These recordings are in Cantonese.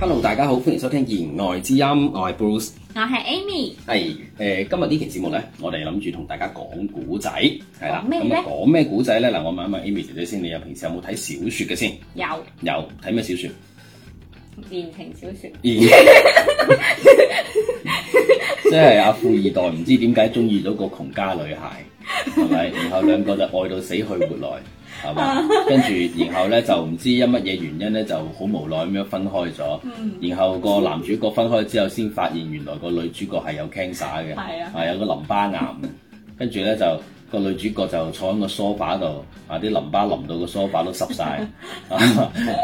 Hello，大家好，歡迎收聽言外之音，我係 Bruce。我係 Amy，係誒、呃今日呢期節目咧，我哋諗住同大家講古仔，係啦。講咩咁咧啊講咩古仔咧？嗱，我問一問 Amy 姐姐先，你有平時有冇睇小説嘅先？有有睇咩小説？言情小說， 咦即係阿富二代唔知點解中意咗個窮家女孩，係咪？然後兩個就愛到死去活來，係啊嘛？跟住然後咧就唔知因乜嘢原因咧就好無奈咁樣分開咗。嗯然後個男主角分開之後，先發現原來個女主角係有 cancer 嘅，係啊 有個淋巴癌嘅。跟住咧就個女主角就坐喺個 sofa 度，啊啲淋巴淋到個 sofa 都濕晒， 啊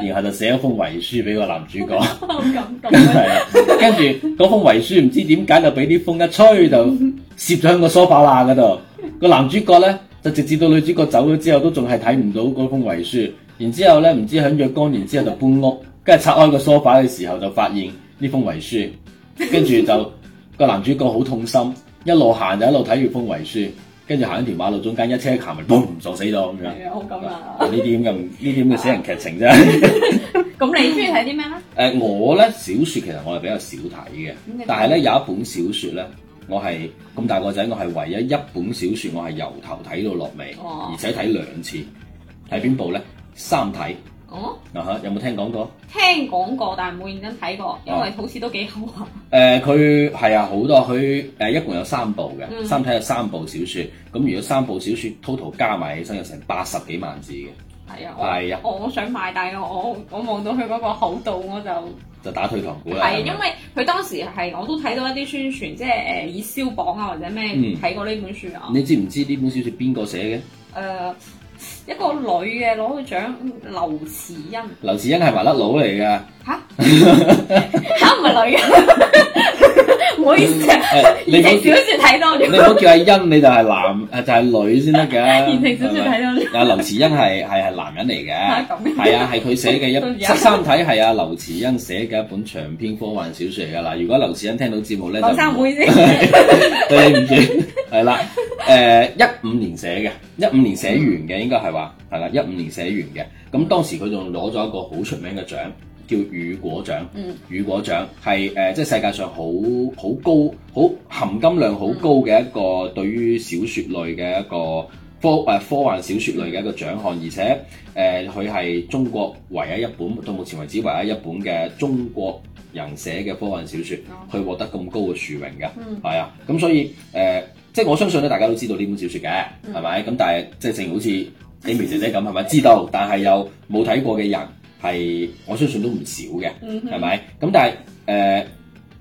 然後就寫一封遺書俾個男主角。好感動啊！係啊，跟住嗰封遺書唔知點解就俾啲風一吹就攝咗喺個梳化罅嗰度。個男主角咧就直至到女主角走咗之後，都仲係睇唔到嗰封遺書。然之後咧，唔知喺若干年之後就搬屋，跟住拆開個梳化嘅時候就發現呢封遺書，跟住就個男主角好痛心，一路行就一路睇住封遺書，跟住行喺條馬路中間一車行咪嘣撞死咗咁 樣。係啊，好感人啊！呢啲咁嘅呢啲咁嘅死人劇情啫。咁你中意睇啲咩啊咧？誒、我咧小説其實我係比較少睇嘅你，但係咧有一本小説咧，我係咁大個仔，我係唯一一本小説我係由頭睇到落尾，哦而且睇兩次。睇邊部咧？三體哦，嗱嚇、有冇聽講過？聽講過，但係冇認真睇過，因為好似都幾好啊。誒佢係啊，好多佢誒一共有三部嘅，嗯三體有三部小説，咁如果三部小説 total 加埋起身有成八十幾萬字嘅，係啊，係啊我我想買，但係我我望到佢嗰個厚度，我就就打退堂鼓啦。係啊係咪因為佢當時係我都睇到一啲宣傳，即係誒以銷榜啊或者咩嗯睇過呢本書啊。你知唔知呢本小説邊個寫嘅？誒一個女嘅攞去獎，劉慈 欣劉慈欣係麻甩佬嚟㗎。 吓吓唔係女嘅，唔好意思啊。誒你言唔好情 小說睇多你咗，唔好叫阿欣，你就係男，誒就係女先得㗎。 言情小說睇多咗，阿啊劉慈欣係係係男人嚟係嘅，咁係啊，係佢寫 嘅對唔一住七啊三體係阿劉慈欣寫嘅一本長篇科幻小説嚟㗎嗱。如果劉慈欣聽到節目咧，就劉生唔好唔意思，對你唔住， 係啦。誒一五年寫嘅，一五年寫完嘅應該係話係啦，一五年寫完嘅。咁當時佢仲攞咗一個好出名嘅獎，叫雨果獎。嗯，雨果獎係誒，即係世界上好好高、好含金量好高嘅一個對於小説類嘅一個科誒、科幻小説類嘅一個獎項，而且誒佢係中國唯一一本到目前為止唯一一本嘅中國人寫嘅科幻小説，佢獲得咁高嘅殊榮嘅，嗯係啊、咁所以誒、即係我相信咧，大家都知道呢本小説嘅，係咪、咁但係即係正如好似 Amy 姐姐咁，係咪知道，但係又冇睇過嘅人係我相信都唔少嘅。嗯哼係咪？咁但係誒、呃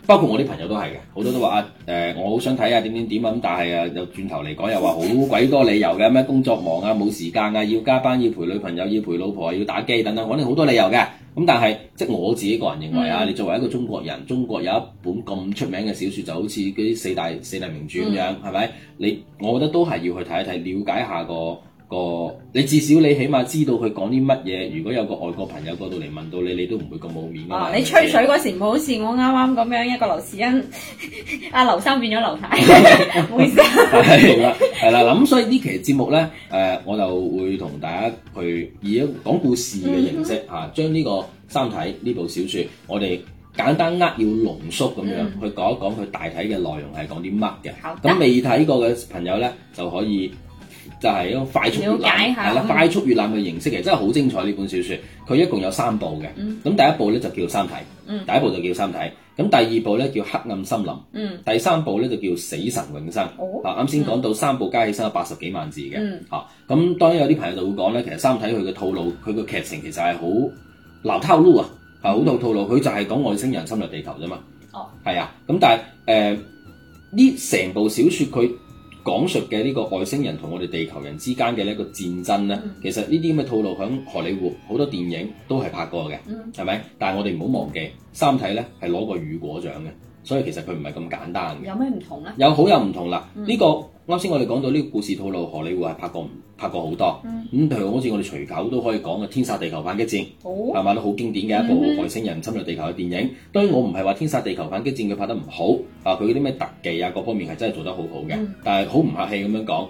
包括我啲朋友都係嘅，好多都話啊誒，我好想睇啊點點點啊，咁但係啊又轉頭嚟講又話好鬼多理由嘅，咩工作忙啊、冇時間啊、要加班、要陪女朋友、要陪老婆啊、要打機等等，可能好多理由嘅。咁但係即係我自己個人認為啊，嗯你作為一個中國人，中國有一本咁出名嘅小説，就好似嗰啲四大四大名著咁樣，嗯係咪、你我覺得都係要去睇一睇，了解下個。個你至少你起碼知道佢講啲乜嘢。如果有個外國朋友過到嚟問到你，你都唔會咁冇面㗎嘛啊！你吹水嗰時唔好似我啱啱咁樣一個劉慈欣，阿劉生變咗劉太，唔好意思啊。係啦，係啦，嗱咁所以呢期節目咧，誒、我就會同大家去以一個講故事嘅形嗯式嚇、啊將呢個《三體》呢部小説，我哋簡單扼要濃縮咁樣、嗯去講一講佢大體嘅內容係講啲乜嘅。好得咁未睇過嘅朋友咧，就可以就係一個快速閲了解覽，下係啦，嗯快速閲覽嘅形式，其實真係好精彩呢本小説。佢一共有三部嘅，咁、嗯第一部咧就叫《三體》，嗯第一部就叫《三體》，咁第二部咧叫《黑暗森林》。嗯第三部咧就叫《死神永生》。哦啊，啱先講到三部加起身有八十幾萬字嘅。嗯啊，咁當然有啲朋友就會講咧，其實《三體》佢嘅套路，佢個劇情其實係好流套路啊，係好套套路，佢就係講外星人侵略地球啫嘛。嗯哦，係啊，咁但係誒呢成部小説佢講述嘅呢個外星人同我哋地球人之間嘅呢一個戰爭咧，嗯其實呢啲咁嘅套路響荷里活好多電影都係拍過嘅。嗯係咪？但係我哋唔好忘記，《三體》咧係攞過雨果獎嘅，所以其實佢唔係咁簡單嘅。有咩唔同咧？有好有唔同啦。呢、嗯個啱先我哋講到呢個故事套路，荷里活係拍過唔拍過好多。嗯咁譬如好似我哋隨口都可以講嘅《天煞地球反擊戰》，好係咪都好經典嘅一部哦嗯哼外星人侵略地球嘅電影。當然我唔係話《天煞地球反擊戰》佢拍得唔好，啊佢嗰啲咩特技啊各方面係真係做得好好嘅，嗯但係好唔客氣咁樣講，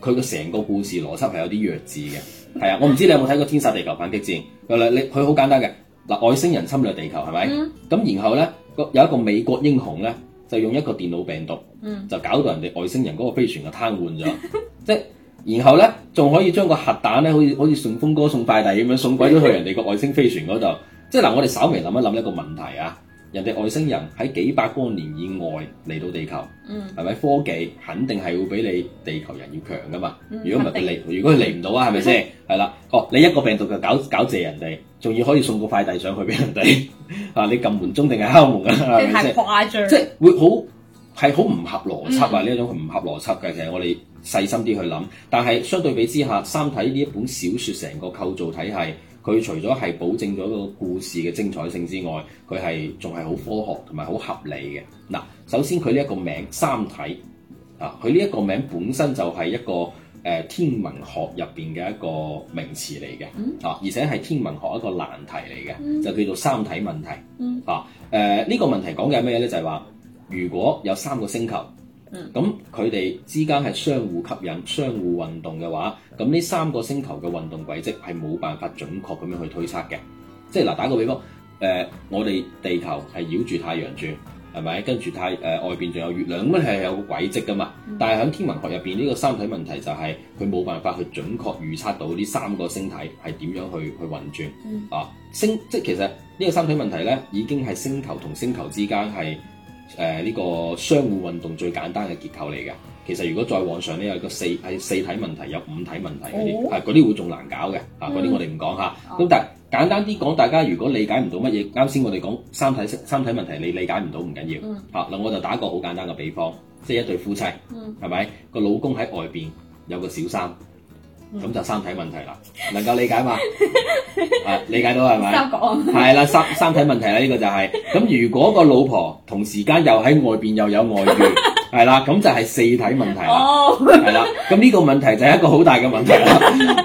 佢個成個故事邏輯係有啲弱智嘅。係啊，我唔知你有冇睇過《天煞地球反擊戰》？佢你佢好簡單嘅，嗱外星人侵略地球係咪？嗯咁然後咧，個有一個美國英雄咧，就用一個電腦病毒，嗯就搞到人哋外星人嗰個飛船就癱瘓咗，即係然後咧，仲可以將個核彈咧，好似好似順風哥送快遞咁樣送鬼咗去人哋個外星飛船嗰度。即係嗱，我哋稍微諗一諗一個問題啊，人哋外星人喺幾百光年以外嚟到地球，嗯係咪科技肯定係會比你地球人要強噶嘛？嗯如果唔係佢嚟，如果佢嚟唔到啊，係咪先？係啦，哦，你一個病毒就搞搞謝人哋，仲要可以送個快遞上去俾人哋， 啊，你撳門鐘定係敲門啊？即係咪係先？誇張，即係會好係好唔合邏輯啊！呢一種唔合邏輯嘅，其實我哋細心啲去諗。但係相對比之下，《三體》呢一本小説成個構造體系，佢除咗係保證咗個故事嘅精彩性之外，佢係仲係好科學同埋好合理嘅。嗱，首先佢呢一個名《三體》啊，佢呢一個名本身就係一個誒、呃天文學入邊嘅一個名詞嚟嘅，嗯啊，而且係天文學一個難題嚟嘅，嗯就叫做三體問題。嗯啊，誒、呢、個問題講嘅係咩咧？就係、話，如果有三個星球，嗯咁佢哋之間係相互吸引、相互運動嘅話，咁呢三個星球嘅運動軌跡係冇辦法準確咁樣去推測嘅。即係嗱，打個比方，誒、呃我哋地球係繞住太陽轉。係咪？跟住太誒、呃外邊仲有月亮，咁佢係有個軌跡噶嘛。但係喺天文學入邊，呢、個三體問題就係佢冇辦法去準確預測到呢三個星體係點樣去去運轉。嗯啊，星即係其實呢個三體問題咧，已經係星球同星球之間係誒呢個相互運動最簡單嘅結構嚟嘅。其實如果再往上呢，有個四係四體問題，有五體問題嗰啲，哦係嗰啲會仲難搞嘅。啊，嗰啲嗯我哋唔講嚇。哦咁但係簡單啲講，大家如果理解唔到乜嘢，啱先我哋講三體三體問題，你理解唔到唔緊要。嗯啊，嗱我就打一個好簡單嘅比方，即係一對夫妻，嗯係咪個老公喺外邊有個小三，嗯咁就三體問題啦，能夠理解 嘛？啊，理解到係咪？三講係啦，三三體問題啦，呢、個就係、咁。如果個老婆同時間又喺外邊又有外 遇，係啦，咁就係四體問題啦，哦，係啦。咁呢個問題就係一個好大嘅問題 啦。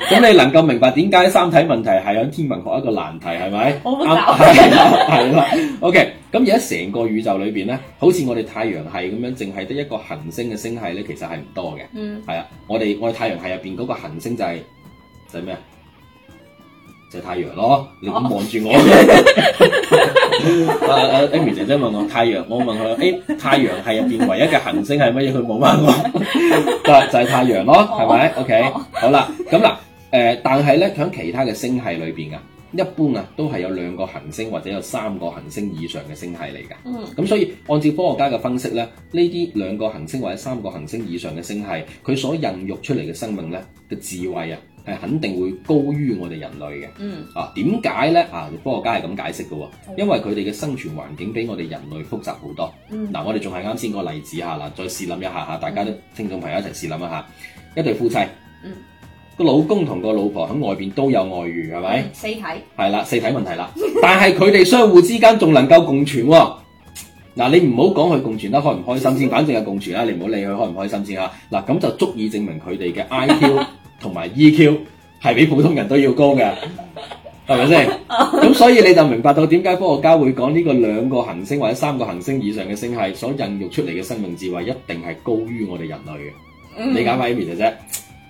咁你能夠明白點解三體問題係喺天文學一個難題係咪？好複啱雜啊係啦，係啦。OK，咁而家成個宇宙裏邊咧，好似我哋太陽系咁樣，淨係得一個恒星嘅星系咧，其實係唔多嘅。嗯係啊，我哋我哋太陽系入邊嗰個行星就係、就係咩啊？就係太陽咯，你咁望住我。 啊啊！Amy 姐姐問我太陽，我問佢：，誒、太陽系入邊唯一嘅行星係乜嘢？佢冇問我， 就就係太陽咯，係咪？OK，好啦，咁嗱，誒、但係咧喺其他嘅星系裏邊啊，一般啊都係有兩個行星或者有三個行星以上嘅星系嚟㗎。嗯咁所以按照科學家嘅分析咧，呢啲兩個行星或者三個行星以上嘅星系，佢所孕育出嚟嘅生命咧嘅智慧啊，係肯定會高於我哋人類嘅。嗯啊，點解咧？啊，科學家係咁解釋嘅喎，因為佢哋嘅生存環境比我哋人類複雜好多。嗯嗱、我哋仲係啱先個例子下啦，再試諗一下嚇，大家都聽眾朋友一齊試諗一下，一對夫妻，嗯，個老公同個老婆喺外邊都有外遇，係咪？四體係啦，四體問題啦， 但係佢哋相互之間仲能夠共存喎、嗱，你唔好講佢共存得開唔開心先，反正係共存啦，你唔好理佢開唔開心先啊。嗱，咁就足以證明佢哋嘅 I Q 同埋 E Q 係比普通人都要高嘅，係咪先？咁所以你就明白到點解科學家會講呢個兩個行星或者三個行星以上嘅星系所孕育出嚟嘅生命智慧一定係高於我哋人類嘅，嗯理解咪 Amy 姐姐？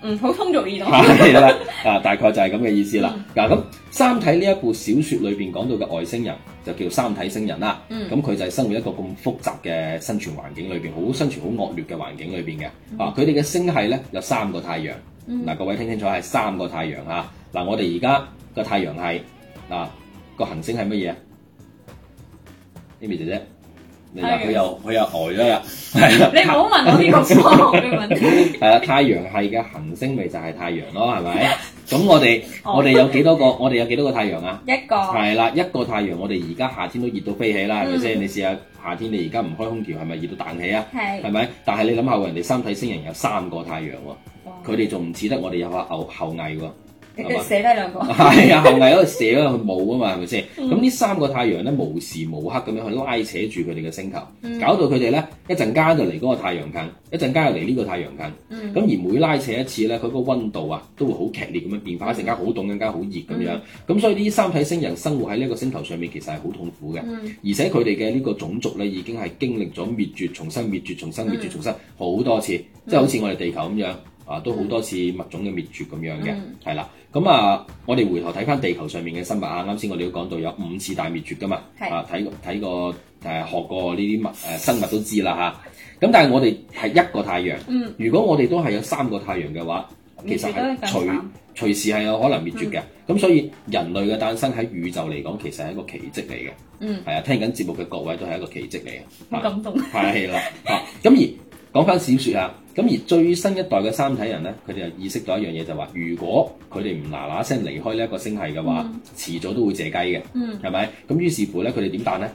嗯好通俗 易懂係啦，啊，大概就係咁嘅意思啦。嗱，咁《三體》呢一部小説裏邊講到嘅外星人就叫三體星人啦。嗯咁佢就係生活一個咁複雜嘅生存環境裏邊，好生存好惡劣嘅環境裏邊嘅。啊，佢哋嘅星系咧有三個太陽。嗯嗱，各位聽清楚係三個太陽啊。嗱，我哋而家個太陽系嗱個行星係乜嘢啊？Amy 姐姐，你話太陽佢又佢又呆 咗啦，係啦。你唔好問我呢個科學嘅問題係啊，太陽系嘅行星咪就係太陽咯，係咪？咁我哋哦我哋有幾多個？ 我哋有幾多個太陽啊？一個係啦，一個太陽，我哋而家夏天都熱到飛起啦，係嗯咪先？你試下夏天你而家唔開空調，係咪熱到彈起啊？係係咪？但係你諗下喎，人哋三體星人有三個太陽喎，哇佢啊哋仲唔似得我哋有下後後羿喎？ 你係嘛寫低兩個係啊，後羿嗰度射咗佢冇啊嘛，係咪先？嗯咁呢三個太陽咧，無時無刻咁樣去拉扯住佢哋嘅星球，嗯搞到佢哋咧一陣間就離嗰個太陽近，一陣間又離呢個太陽近。嗯咁而每拉扯一次咧，佢個温度啊都會好劇烈咁樣變化，一陣間好凍，一陣間好熱咁樣。嗯咁、所以呢啲三體星人生活喺呢個星球上面，其實係好痛苦嘅。嗯而且佢哋嘅呢個種族咧，已嗯經係經歷咗滅絕、重新滅絕、重新滅絕、重新好多次，即係好似我哋地球咁樣，啊，都好多次物種嘅滅絕咁樣嘅嗯，係啦、咁啊，我哋回頭睇翻地球上面嘅生物啊，啱先我哋都講到有五次大滅絕噶嘛，係啊，睇睇過誒學過呢啲物誒生物都知啦吓，咁、但係我哋係一個太陽，嗯如果我哋都係有三個太陽嘅話，其實係滅絕都嗯係隨咁隨時係有可能滅絕嘅。咁、所以人類嘅誕生喺宇宙嚟講，其實係一個奇蹟嚟嘅。嗯，係啊，聽緊節目嘅各位都係一個奇蹟嚟嘅。好感動。係啦， 啊咁而講翻小説啊，咁而最新一代嘅三體人咧，佢哋就意識到一樣嘢，就話如果佢哋唔嗱嗱聲離開呢一個星系嘅話，遲早都會借雞嘅，嗯係咪？咁於是乎咧，佢哋點辦咧？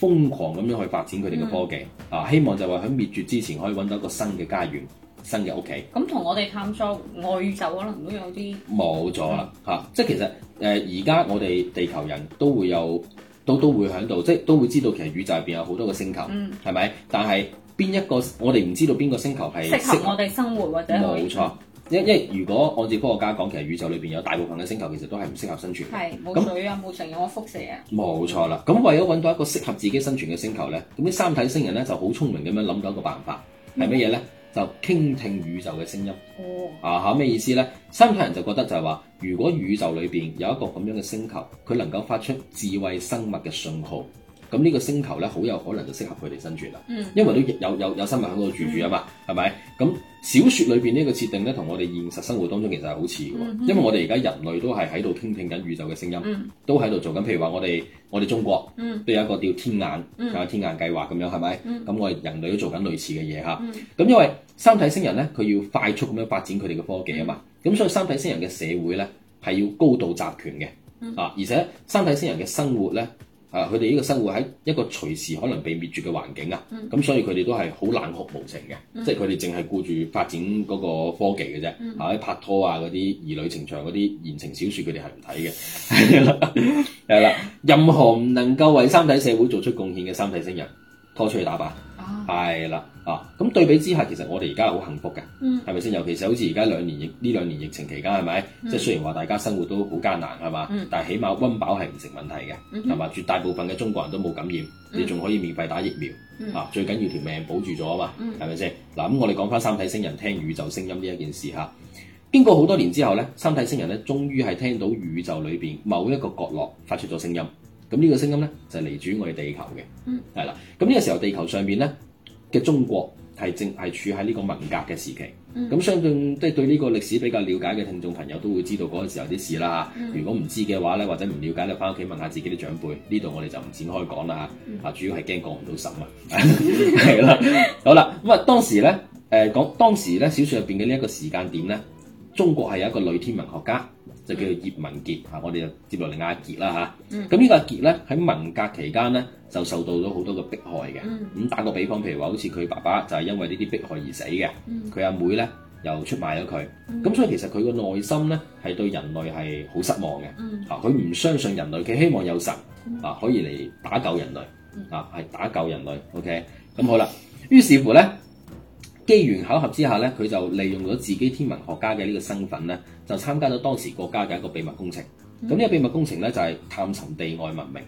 瘋狂咁樣去發展佢哋嘅科技、啊，希望就話喺滅絕之前可以揾到一個新嘅家園、新嘅屋企。咁同我哋探索外宇宙可能都有啲，冇咗啦嚇，即係其實誒而家我哋地球人都會有都都會喺度，即係都會知道其實宇宙入邊有好多個星球，嗯係咪、但係邊一個我哋唔知道邊個星球係適合我哋生活或者可以冇錯，因因為如果按照科學家講，其實宇宙裏邊有大部分嘅星球其實都係唔適合生存嘅。係冇咁水啊，冇成日我輻射啊，冇錯啦，咁為咗揾到一個適合自己生存嘅星球呢，咁啲三體星人呢就好聰明咁樣諗到一個辦法，係乜嘢呢？嗯就傾聽宇宙嘅聲音。哦，啊嚇咩意思呢？三體人就覺得就係話，如果宇宙裏邊有一個咁樣嘅星球，佢能夠發出智慧生物嘅信號，咁呢個星球呢，好有可能就適合佢哋生存啦。嗯，因為都有有有生物喺嗰度住住啊嘛，係咪？咁小説裏邊呢個設定呢，同我哋現實生活當中其實係好似嘅喎，因為我哋而家人類都係喺度傾聽緊宇宙嘅聲音，嗯都喺度做緊。譬如話我哋我哋中國、嗯都有一個叫天眼，嗯有天眼計劃咁樣係咪？咁、嗯我哋人類都做緊類似嘅嘢嚇。嗯咁因為三體星人咧，佢要快速咁樣發展佢哋嘅科技啊嘛，嗯咁所以三體星人嘅社會咧係要高度集權嘅，嗯啊，而且三體星人嘅生活咧，啊，佢哋呢個生活喺一個隨時可能被滅絕嘅環境啊，嗯咁、所以佢哋都係好冷酷無情嘅，即係佢哋淨係顧住發展嗰個科技嘅啫，嗯啊，拍拖啊嗰啲兒女情長嗰啲言情小説佢哋係唔睇嘅，係啦，係啦，任何唔能夠為三體社會做出貢獻嘅三體星人，拖出去打靶。啊，係啦，啊，咁對比之下，其實我哋而家係好幸福嘅，嗯係咪先？尤其是好似而家兩年疫呢兩年疫情期間，係咪？即係雖然話大家生活都好艱難，係嘛？嗯但係起碼温飽係唔成問題嘅，係嘛、絕大部分嘅中國人都冇感染，你仲可以免費打疫苗，嗯啊，最緊要條命保住咗啊嘛，係咪先？嗱，咁我哋講翻三體星人聽宇宙聲音呢一件事嚇。經過好多年之後咧，三體星人咧，終於係聽到宇宙裏邊某一個角落發出咗聲音。咁呢個聲音咧就係嚟自於我哋地球嘅，嗯，係啦。咁呢個時候地球上邊咧嘅中國係正係處喺呢個文革嘅時期。咁、相信即係對呢個歷史比較了解嘅聽眾朋友都會知道嗰陣時候啲事啦嚇。如果唔知嘅話咧，或者唔了解，你翻屋企問下自己啲長輩。呢度我哋就唔展開講啦嚇。啊，主要係驚過唔到審啊， 係啦。好啦，咁啊當時咧，誒、講當時咧小説入邊嘅呢一個時間點咧。中國係有一個女天文學家，就叫做葉文潔嚇、我哋就接落嚟嗌阿傑啦嚇。咁、呢個阿傑咧喺文革期間咧就受到咗好多嘅迫害嘅。咁、嗯打個比方，譬如話好似佢爸爸就係因為呢啲迫害而死嘅，嗯佢阿、妹咧又出賣咗佢。咁、所以其實佢個內心咧係對人類係好失望嘅。嗯啊，佢唔相信人類，佢希望有神啊可以嚟打救人類啊，係打救人類。OK，咁好啦，於是乎咧。機緣巧合之下咧，佢就利用咗自己天文學家嘅呢個身份咧，就參加咗當時國家嘅一個秘密工程。咁呢個秘密工程咧就係、探尋地外文明，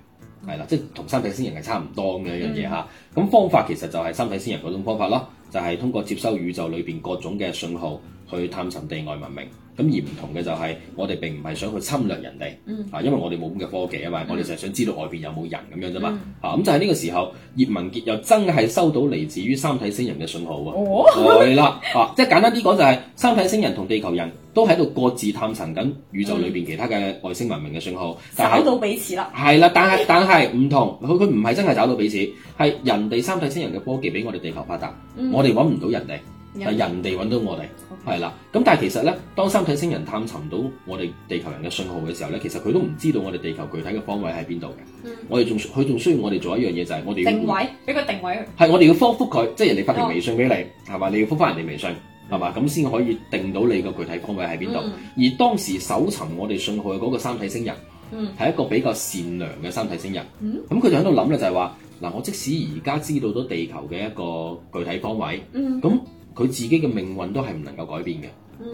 係啦，即係同三體星人係差唔多咁樣樣嘢嚇。咁、方法其實就係三體星人嗰種方法咯，就係、通過接收宇宙裏邊各種嘅信號去探尋地外文明。咁而唔同嘅就係我哋並唔係想去侵略人哋，嗯啊，因為我哋冇咁嘅科技啊嘛，我哋就係想知道外邊有冇人咁樣啫嘛。啊，咁就係呢個時候，葉文傑又真係收到嚟自於三體星人嘅信號 喎。哦，係啦，啊，即係簡單啲講就係、三體星人同地球人都喺度各自探尋緊宇宙裏邊其他嘅外星文明嘅信號，但找係到彼此啦，係啦，但係但係唔同，佢佢唔係真係找到彼此，係人哋三體星人嘅科技比我哋地球發達，嗯我哋揾唔到人哋，但係人哋揾到我哋，係啦。咁但係其實咧，當三體星人探尋到我哋地球人嘅信號嘅時候咧，其實佢都唔知道我哋地球具體嘅方位喺邊度嘅嗯。我哋仲佢仲需要我哋做一樣嘢就係我哋要定位，俾個定位佢，係我哋要覆覆佢，即係人哋發條微信俾你，係嘛？你要覆翻人哋微信，係嘛？咁先可以定到你個具體方位喺邊度。而當時搜尋我哋信號嘅嗰個三體星人，嗯係一個比較善良嘅三體星人嗯。咁佢就喺度諗咧，就係話嗱，我即使而家知道咗地球嘅一個具體方位，嗯咁佢自己嘅命運都係唔能夠改變嘅，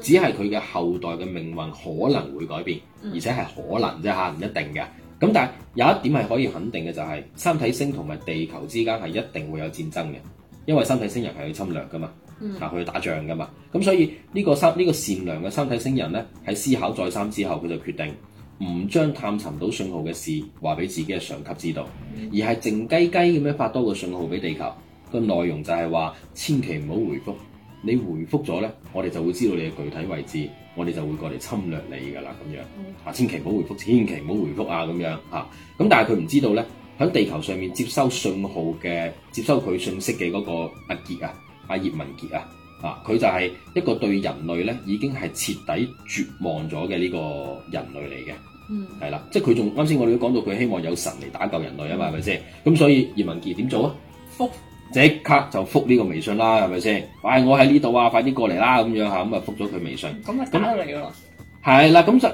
只係佢嘅後代嘅命運可能會改變，而且係可能啫嚇，唔一定嘅。咁但係有一點係可以肯定嘅就係、三體星同埋地球之間係一定會有戰爭嘅，因為三體星人係去侵略噶嘛，嗯啊佢去打仗噶嘛。咁所以呢個三呢、個善良嘅三體星人咧，喺思考再三之後，佢就決定唔將探尋到信號嘅事話俾自己嘅上級知道，而係靜雞雞咁樣發多個信號俾地球。個內容就係話，千祈唔好回覆。你回覆咗咧，我哋就會知道你嘅具體位置，我哋就會過嚟侵略你㗎啦咁樣。啊，千祈唔好回覆，千祈唔好回覆啊咁樣嚇。咁、但係佢唔知道咧，喺地球上面接收信號嘅接收佢信息嘅嗰個阿傑啊，阿葉文傑啊，啊佢就係一個對人類咧已經係徹底絕望咗嘅呢個人類嚟嘅。嗯係啦，即係佢仲啱先，我哋都講到佢希望有神嚟打救人類啊嘛，係咪先？咁所以葉文傑點做啊？覆即刻就覆呢個微信啦，係咪先？喂，我喺呢度啊，快啲過嚟啦，咁樣嚇，咁啊覆咗佢微信。咁啊打到你噶咯，係啦，咁就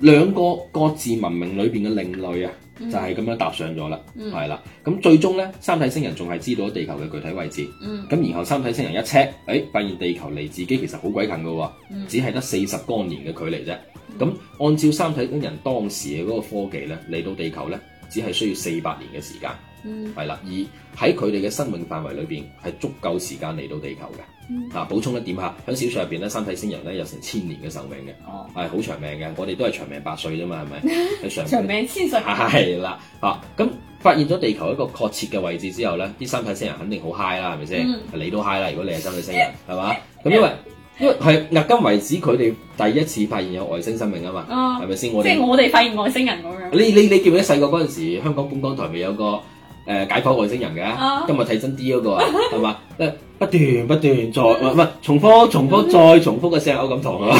兩個各自文明裏邊嘅另類啊，就嗯係咁樣搭上咗啦，嗯係啦、咁最終咧，三體星人仲係知道地球嘅具體位置，嗯咁然後三體星人一 check，誒、發現地球離自己其實好鬼近嘅喎，嗯只係得四十光年嘅距離啫。咁按照三體星人當時嘅嗰個科技咧，嚟到地球咧，只係需要四百年嘅時間，嗯係啦，而喺佢哋嘅生命範圍裏邊係足夠時間嚟到地球嘅。嗯啊，補充一點嚇，喺小說入邊咧，三體星人咧有成千年嘅壽命嘅。哦，係好長命嘅，我哋都係長命百歲啫嘛，係咪？ 係長長命千歲，係啦，啊咁發現咗地球一個確切嘅位置之後咧，啲三體星人肯定好 high 啦，係咪先嗯？你都 high 啦，如果你係三體星人，係嘛？咁因為因為係迄今為止佢哋第一次發現有外星生命啊嘛，哦係咪先？我即哋係我哋發現外星人咁樣，你你你記唔記得細個嗰陣時，香港本港台咪有個誒、呃解剖外星人嘅？啊今日睇真啲嗰、個啊， 係嘛？誒不斷不斷再唔係唔係重複重複再重複嘅四眼歐錦 堂啊，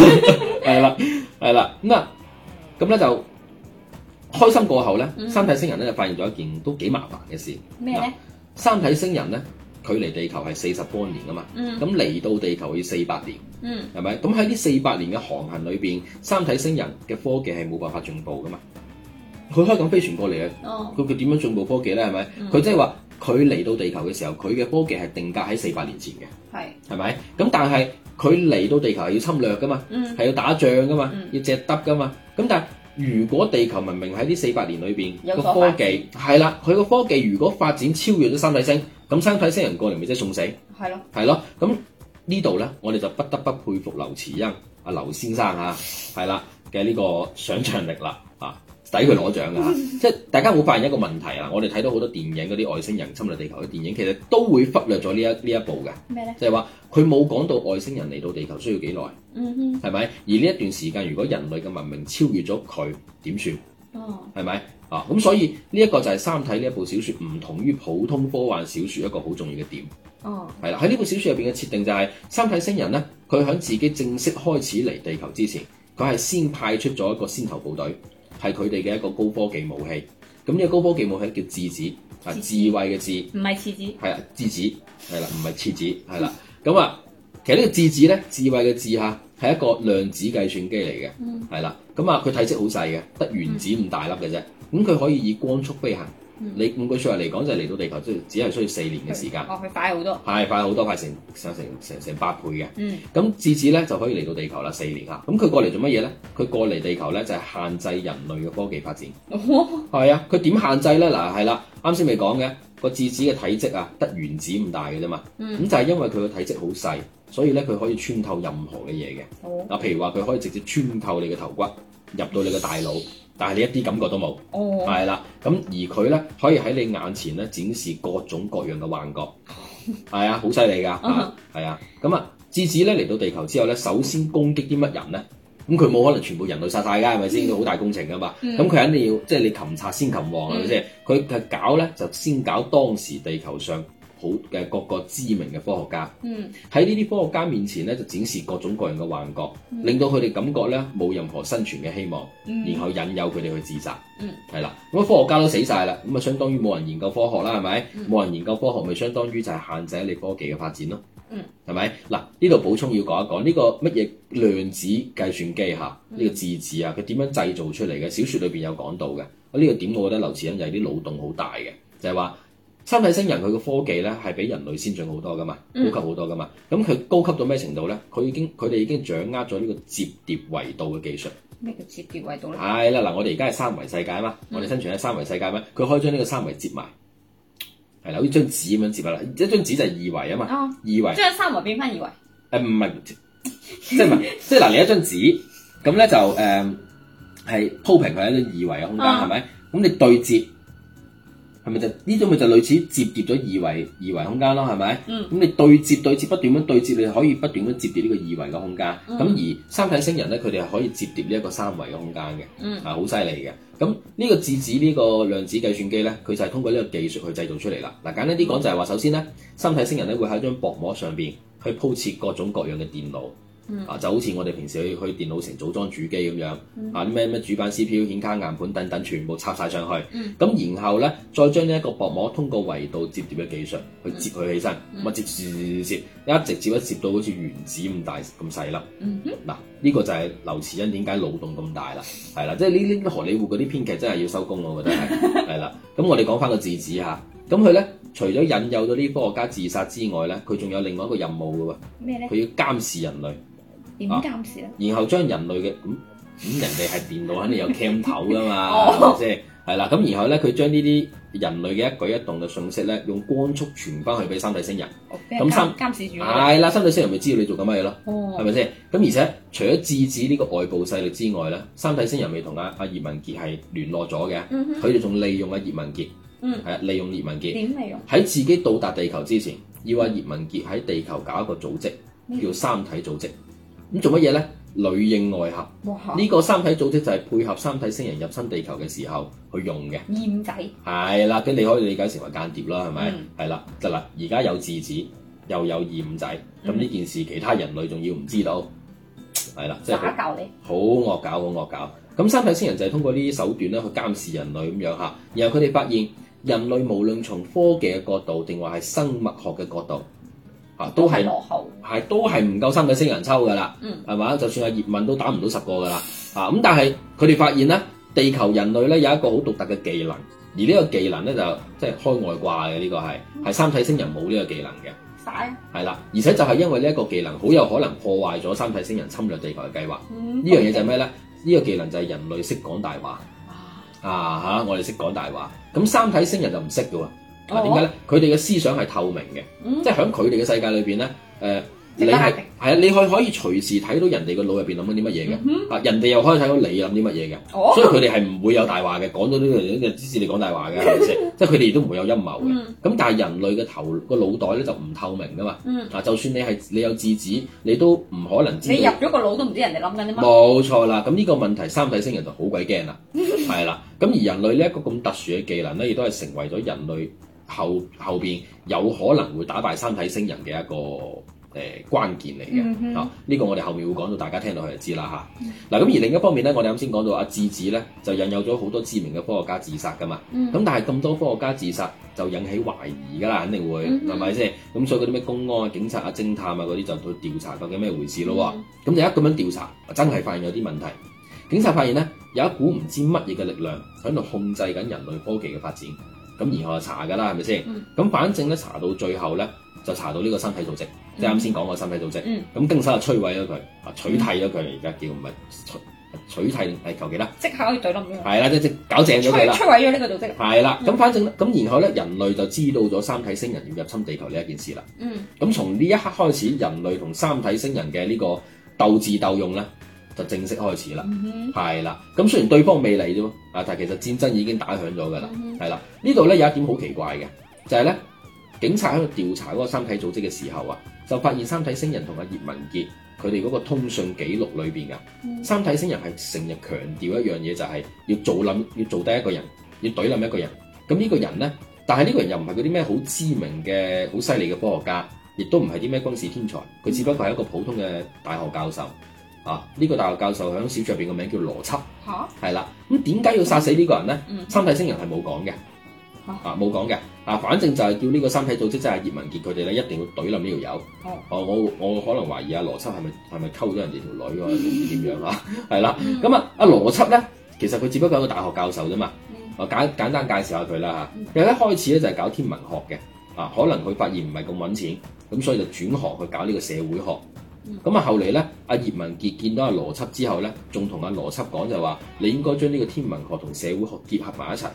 係啦係啦咁啊咁咧就開心過後咧，嗯三體星人咧就發現咗一件都幾麻煩嘅事。咩咧？三體星人咧距離地球係四十光年啊嘛，嗯咁嚟到地球要四百年。嗯係咪？咁喺呢四百年嘅航行裏邊，三體星人嘅科技係冇辦法進步噶嘛？佢開緊飛船過嚟嘅，啊哦佢佢點樣進步科技咧？係咪？嗯佢即係話佢嚟到地球嘅時候，佢嘅科技係定格喺四百年前嘅，係係咪？咁但係佢嚟到地球係要侵略噶嘛，嗯係要打仗噶嘛，嗯要隻得噶嘛。咁但係如果地球文明喺呢四百年裏邊有個所科發技係啦，佢個科技如果發展超越咗三體星，咁三體星人過嚟咪即係送死？係咯，係咯，咁呢度咧，我哋就不得不佩服劉慈欣阿劉先生啊，係啦嘅呢個想像力啦啊，抵佢攞獎㗎啊即係大家會發現一個問題啊，我哋睇到好多電影嗰啲外星人侵略地球嘅電影，其實都會忽略咗呢一呢一步嘅，咩咧？就係話佢冇講到外星人嚟到地球需要幾耐，嗯係咪？而呢一段時間，如果人類嘅文明超越咗佢，點算？哼，哦係咪？啊，咁所以呢一個就係《三體》呢一部小說唔同於普通科幻小說一個好重要嘅點。哦，係啦，喺呢部小説入邊嘅設定就係、三體星人呢，佢喺自己正式開始嚟地球之前，佢係先派出咗一個先頭部隊，係佢哋嘅一個高科技武器。咁呢個高科技武器叫智子，啊智子智慧嘅智，唔係廁紙，係啊智子，係啦，唔係廁紙，係啦。咁啊，其實呢個智子呢，智慧嘅智嚇係一個量子計算機嚟嘅，嗯係啦。咁啊，佢體積好細嘅，得原子咁大粒嘅啫。咁佢可以以光速飛行。嗯你五句説話嚟講就係嚟到地球，即係只係需要四年嘅時間。哦佢快好多，係快好多，快成成成成成八倍嘅。嗯咁智子咧就可以嚟到地球啦，四年啦。咁佢過嚟做乜嘢咧？佢過嚟地球咧就係、限制人類嘅科技發展。哦係啊，佢點限制咧？嗱，係啦，啱先咪講嘅個智子嘅體積啊，得原子咁大嘅啫嘛。咁、嗯就係因為佢個體積好細，所以咧佢可以穿透任何嘅嘢嘅。哦嗱，譬如話佢可以直接穿透你嘅頭骨，入到你嘅大腦，但係你一啲感覺都冇。哦係啦，咁而佢咧可以喺你眼前咧展示各種各樣嘅幻覺，係啊，好犀利㗎，啊係啊，咁啊，智子咧嚟到地球之後咧，首先攻擊啲乜人咧？咁佢冇可能全部人類殺晒㗎，係咪先？都好大工程㗎嘛。嗯咁佢肯定要即係你擒賊先擒王係咪先？佢佢搞咧就先搞當時地球上好嘅各個知名嘅科學家，嗯喺呢啲科學家面前咧就展示各種各樣嘅幻覺，令到佢哋感覺咧冇任何生存嘅希望。然嗯後引誘佢哋去自殺。嗯，係啦，咁啊科學家都死晒啦，咁啊相當於冇人研究科學啦，係咪？冇、人研究科學，咪相當於就係限制你科技嘅發展咯。嗯，係咪？嗱，呢度補充要講一講呢、個乜嘢量子計算機嚇，呢、嗯個字子啊，佢點樣製造出嚟嘅？小説裏邊有講到嘅。呢、個點我覺得劉慈欣就係啲腦洞好大嘅，就係、話。三體星人佢嘅科技咧係比人類先進好多噶嘛，嗯高級好多噶嘛。咁佢、高級到咩程度咧？佢已經佢哋已經掌握咗呢個摺疊維度嘅技術。咩叫摺疊維度咧？係嗯啦，嗱，我哋而家係三維世界啊嘛，我哋身處喺三維世界咩？佢可以將呢個三維接埋，係啦，好似張紙咁樣摺啦，一張紙就係二維啊嘛，哦，二維呃將三維變翻二維，誒唔係，即係唔係，即係嗱，你一張紙咁咧就誒係鋪平佢一個二維嘅空間啊係咪？咁你對接係咪就呢種咪就類似摺疊咗二維二維空間咯係咪？嗯咁你對接對接不斷咁對接，你可以不斷咁摺疊呢個二維嘅空間。嗯咁而三體星人咧，佢哋係可以摺疊呢一個三維嘅空間嘅。嗯啊，好犀利嘅。咁呢個智子呢個量子計算機呢，佢就係通過呢個技術去製造出嚟啦。嗱，簡單啲講就係話，首先呢，三體星人呢會喺張薄膜上邊去鋪設各種各樣嘅電腦，嗯啊，就好似我哋平時去去電腦城組裝主機咁樣，嗯啊啲咩咩主板 CPU、顯卡、硬盤等等，全部插晒上去。咁、嗯然後呢，再將呢一個薄膜通過維度摺疊嘅技術去接佢起身，嗯咁啊接接接一直接一接到好似原子咁大咁細粒。嗯哼，嗱，呢個就係劉慈欣點解腦洞咁大啦，係啦，即係呢呢荷里活嗰啲編劇真係要收工，我覺得 係係啦。咁我哋講翻個智子嚇，咁佢咧除咗引誘咗呢啲科學家自殺之外咧，佢仲有另外一個任務嘅咩咧喎，？佢要監視人類，點啊監視咧？然後將人類嘅咁咁人哋係電腦肯 定有 cam 頭噶嘛，哦係咪先？係啦，咁然後咧佢將呢啲人類嘅一舉一動嘅信息咧，用光速傳翻去俾三體星人，哦俾人咁三監監視住你。係啦，三體星人咪知道你做緊乜嘢咯。係哦，咪先？咁而且除咗智子呢個外部勢力之外咧，三體星人未同阿阿葉文傑係聯絡咗嘅，嗯哼，佢哋仲利用阿葉文傑，嗯係啊，利用葉文傑點嚟用？喺自己到達地球之前，要阿葉文傑喺地球搞一個組織，叫三體組織。咁做乜嘢咧？裏應外合，哇，呢、個三體組織就係配合三體星人入侵地球嘅時候去用嘅。燕仔，係啦，咁你可以理解成為間諜啦，係咪嗯？係啦、得啦，而家有智子，又有二五仔，咁嗯呢件事其他人類仲要唔知道，係啦，即係打好教你。好惡搞，好惡搞。咁三體星人就係通過呢啲手段咧去監視人類咁樣嚇，然後佢哋發現人類無論從科技嘅角度定話係生物學嘅角度，嚇都係落後。係都係唔夠三體星人抽㗎啦，嗯係嘛？就算係葉問都打唔到十個㗎啦，啊咁但係佢哋發現咧，地球人類咧有一個好獨特嘅技能，而呢個技能咧就即係開外掛嘅呢個係，係三體星人冇呢個技能嘅，晒。係啦，而且就係因為呢一個技能，好有可能破壞咗三體星人侵略地球嘅計劃。呢呢樣嘢就係咩咧？呢、個技能就係人類識講大話啊嚇、我哋識講大話，咁三體星人就唔識嘅喎，啊哦點解咧？佢哋嘅思想係透明嘅。嗯即係喺佢哋嘅世界裏邊咧，誒、即你係拉係定係啊，你可以可以隨時睇到人哋個腦入邊諗緊啲乜嘢嘅，啊、人哋又可以睇到你諗啲乜嘢嘅，哦所以佢哋係唔會有大話嘅，講到呢樣嘢就知你講大 話嘅，係咪先？即係佢哋亦都唔會有陰謀嘅。咁、嗯但係人類嘅頭個腦袋咧就唔透明噶嘛，嗯，啊，就算你係你有智子，你都唔可能知你入啊道。咗個腦都唔知人哋諗緊啲乜。冇錯啦，咁呢個問題三體星人就好鬼驚 啦，係啦，咁而人類呢一個咁特殊嘅技能咧，亦都係成為咗人類後後邊有可能會打敗三體星人嘅一個誒、呃、關鍵嚟嘅。嗯哼啊，呢、個我哋後面會講到，大家聽到佢就知啦吓，嗱、咁而另一方面咧，我哋啱先講到阿智子咧，就引誘咗好多知名嘅科學家自殺噶嘛。嗯咁、但係咁多科學家自殺，就引起懷疑㗎啦，肯定會嗯哼係咪先？咁所以嗰啲咩公安啊、警察啊、偵探啊嗰啲就去調查究竟咩回事咯喎。嗯咁就一咁樣調查，啊真係發現有啲問題。警察發現呢，有一股唔知乜嘢嘅力量喺度控制緊人類科技嘅發展。咁然後就查㗎啦，係咪先？咁、嗯反正呢，查到最後呢，就查到呢個身體組織，即係啱先講個身體組織。嗯咁更手就摧毀咗佢，啊取替咗佢，而家叫唔係取啊取替定係求其啦，即刻可以對冧咗佢。係啦，即即搞正咗佢摧啦。摧毀咗呢個組織。係啦，咁嗯反正呢咁，然後咧，人類就知道咗三體星人要入侵地球呢一件事啦。嗯咁從呢一刻開始，人類同三體星人嘅呢個鬥智鬥勇咧，就正式開始啦。嗯哼係啦，咁雖然對方未嚟啫喎，啊，但係其實戰爭已經打響咗㗎啦。嗯係啦，呢度咧有一點好奇怪嘅，就係咧，警察喺度調查嗰個三體組織嘅時候啊，就發現三體星人同阿葉文傑佢哋嗰個通訊記錄裏邊啊，嗯三體星人係成日強調一樣嘢，就係要做冧，要做低一個人，要懟冧一個人。咁呢個人咧，但係呢個人又唔係嗰啲咩好知名嘅、好犀利嘅科學家，亦都唔係啲咩軍事天才，佢只不過係一個普通嘅大學教授。啊！呢、個大學教授喺小説入邊個名叫羅輯，吓係啦。咁點解要殺死呢個人呢？嗯三體星人係冇講嘅，哦啊冇講嘅，啊反正就係叫呢個三體組織，即係葉文傑佢哋咧，一定要懟冧呢條友。哦我我我可能懷疑阿羅輯係咪係咪溝咗人哋條女喎？定點樣啦？係啦，咁啊阿羅輯咧，其實佢只不過係一個大學教授啫嘛。嗯我簡簡單介紹下佢啦嚇。佢一開始咧就係搞天文學嘅，啊可能佢發現唔係咁揾錢，咁所以就轉行去搞呢個社會學嗯。咁啊後嚟咧，阿葉文傑見到阿羅輯之後咧，仲同阿羅輯講就話：你應該將呢個天文學同社會學結合埋一齊。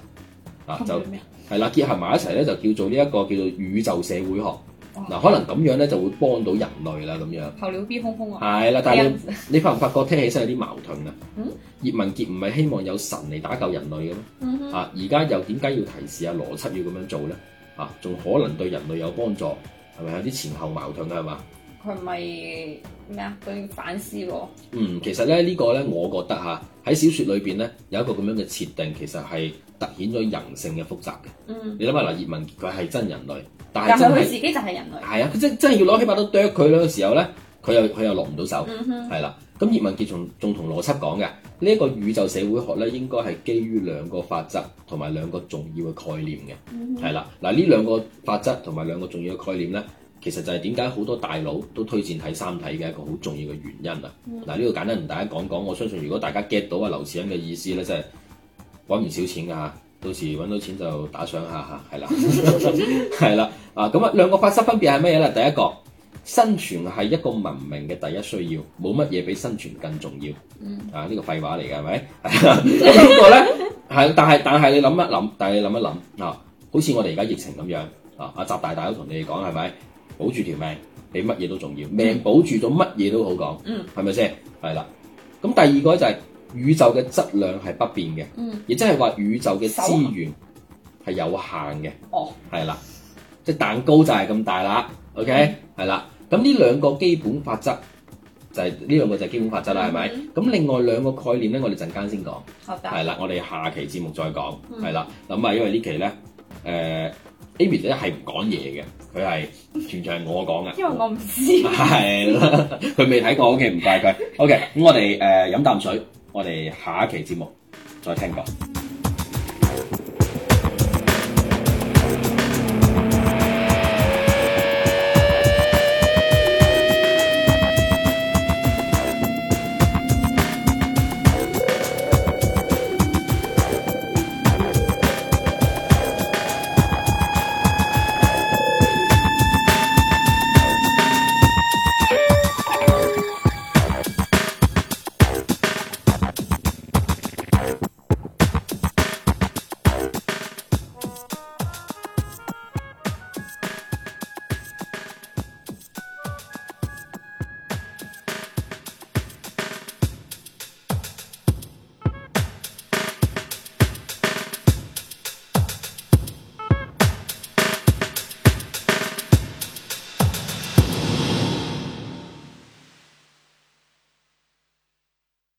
啊就咩啊係啦，結合埋一齊咧就叫做呢一個叫做宇宙社會學。嗱，可能咁樣咧就會幫到人類啦，咁樣候鳥 B 空空啊，係啦。但係你呢樣子你發唔發覺聽起身有啲矛盾啊？嗯葉文傑唔係希望有神嚟打救人類嘅咩？嗯哼啊，而家又點解要提示阿羅輯要咁樣做咧？啊，仲可能對人類有幫助，係咪有啲前後矛盾啊？係嘛？佢咪咩啊？佢要反思喎，嗯，其實咧呢、個咧，我覺得嚇喺小説裏邊咧有一個咁樣嘅設定，其實係突顯咗人性嘅複雜嘅。嗯，你諗下嗱，葉文傑佢係真人類，但係但係真佢係自己就係人類，係啊，佢真真係要攞起把刀啄佢嗰個時候咧，佢又佢又落唔到手，嗯哼，係啦。咁葉文傑仲仲同羅輯講嘅呢一個宇宙社會學咧，應該係基於兩個法則同埋兩個重要嘅概念嘅。嗯哼係啦，嗱呢兩個法則同埋兩個重要嘅概念咧，其實就係點解好多大佬都推薦睇三體嘅一個好重要嘅原因啊！嗯嗱呢度簡單同大家講講，我相信如果大家 get 到啊劉慈欣嘅意思咧，真係揾唔少錢㗎嚇，到時揾到錢就打賞下嚇，係 啦， 係啦，啊咁啊兩個法則分別係乜嘢咧？第一個。生存係一個文明嘅第一需要，冇乜嘢比生存更重要。嗯啊，呢、個廢話嚟嘅係咪？ 咁不過咧，係但係但係你諗一諗，但係你諗一諗啊，好似我哋而家疫情咁樣啊，阿習大大都同你哋講係咪？保住條命比乜嘢都重要，命保住咗乜嘢都好講，嗯，係咪先？係啦。咁第二個咧就係、宇宙嘅質量係不變嘅，嗯，亦即係話宇宙嘅資源係有限嘅。哦，係啦，即係蛋糕就係咁大啦，OK，係啦。咁呢兩個基本法則就係呢兩個就係基本法則啦，係咪？咁另外兩個概念咧，我哋陣間先講，嗯好的，係啦，我哋下期節目再講，嗯係啦。咁啊，因為呢期咧，誒 Amy 姐係唔講嘢嘅，佢係全場係我講嘅。因為我唔知，係啦，佢未睇過，OK，唔怪佢。OK，咁我哋誒飲啖水，我哋下一期節目再聽過。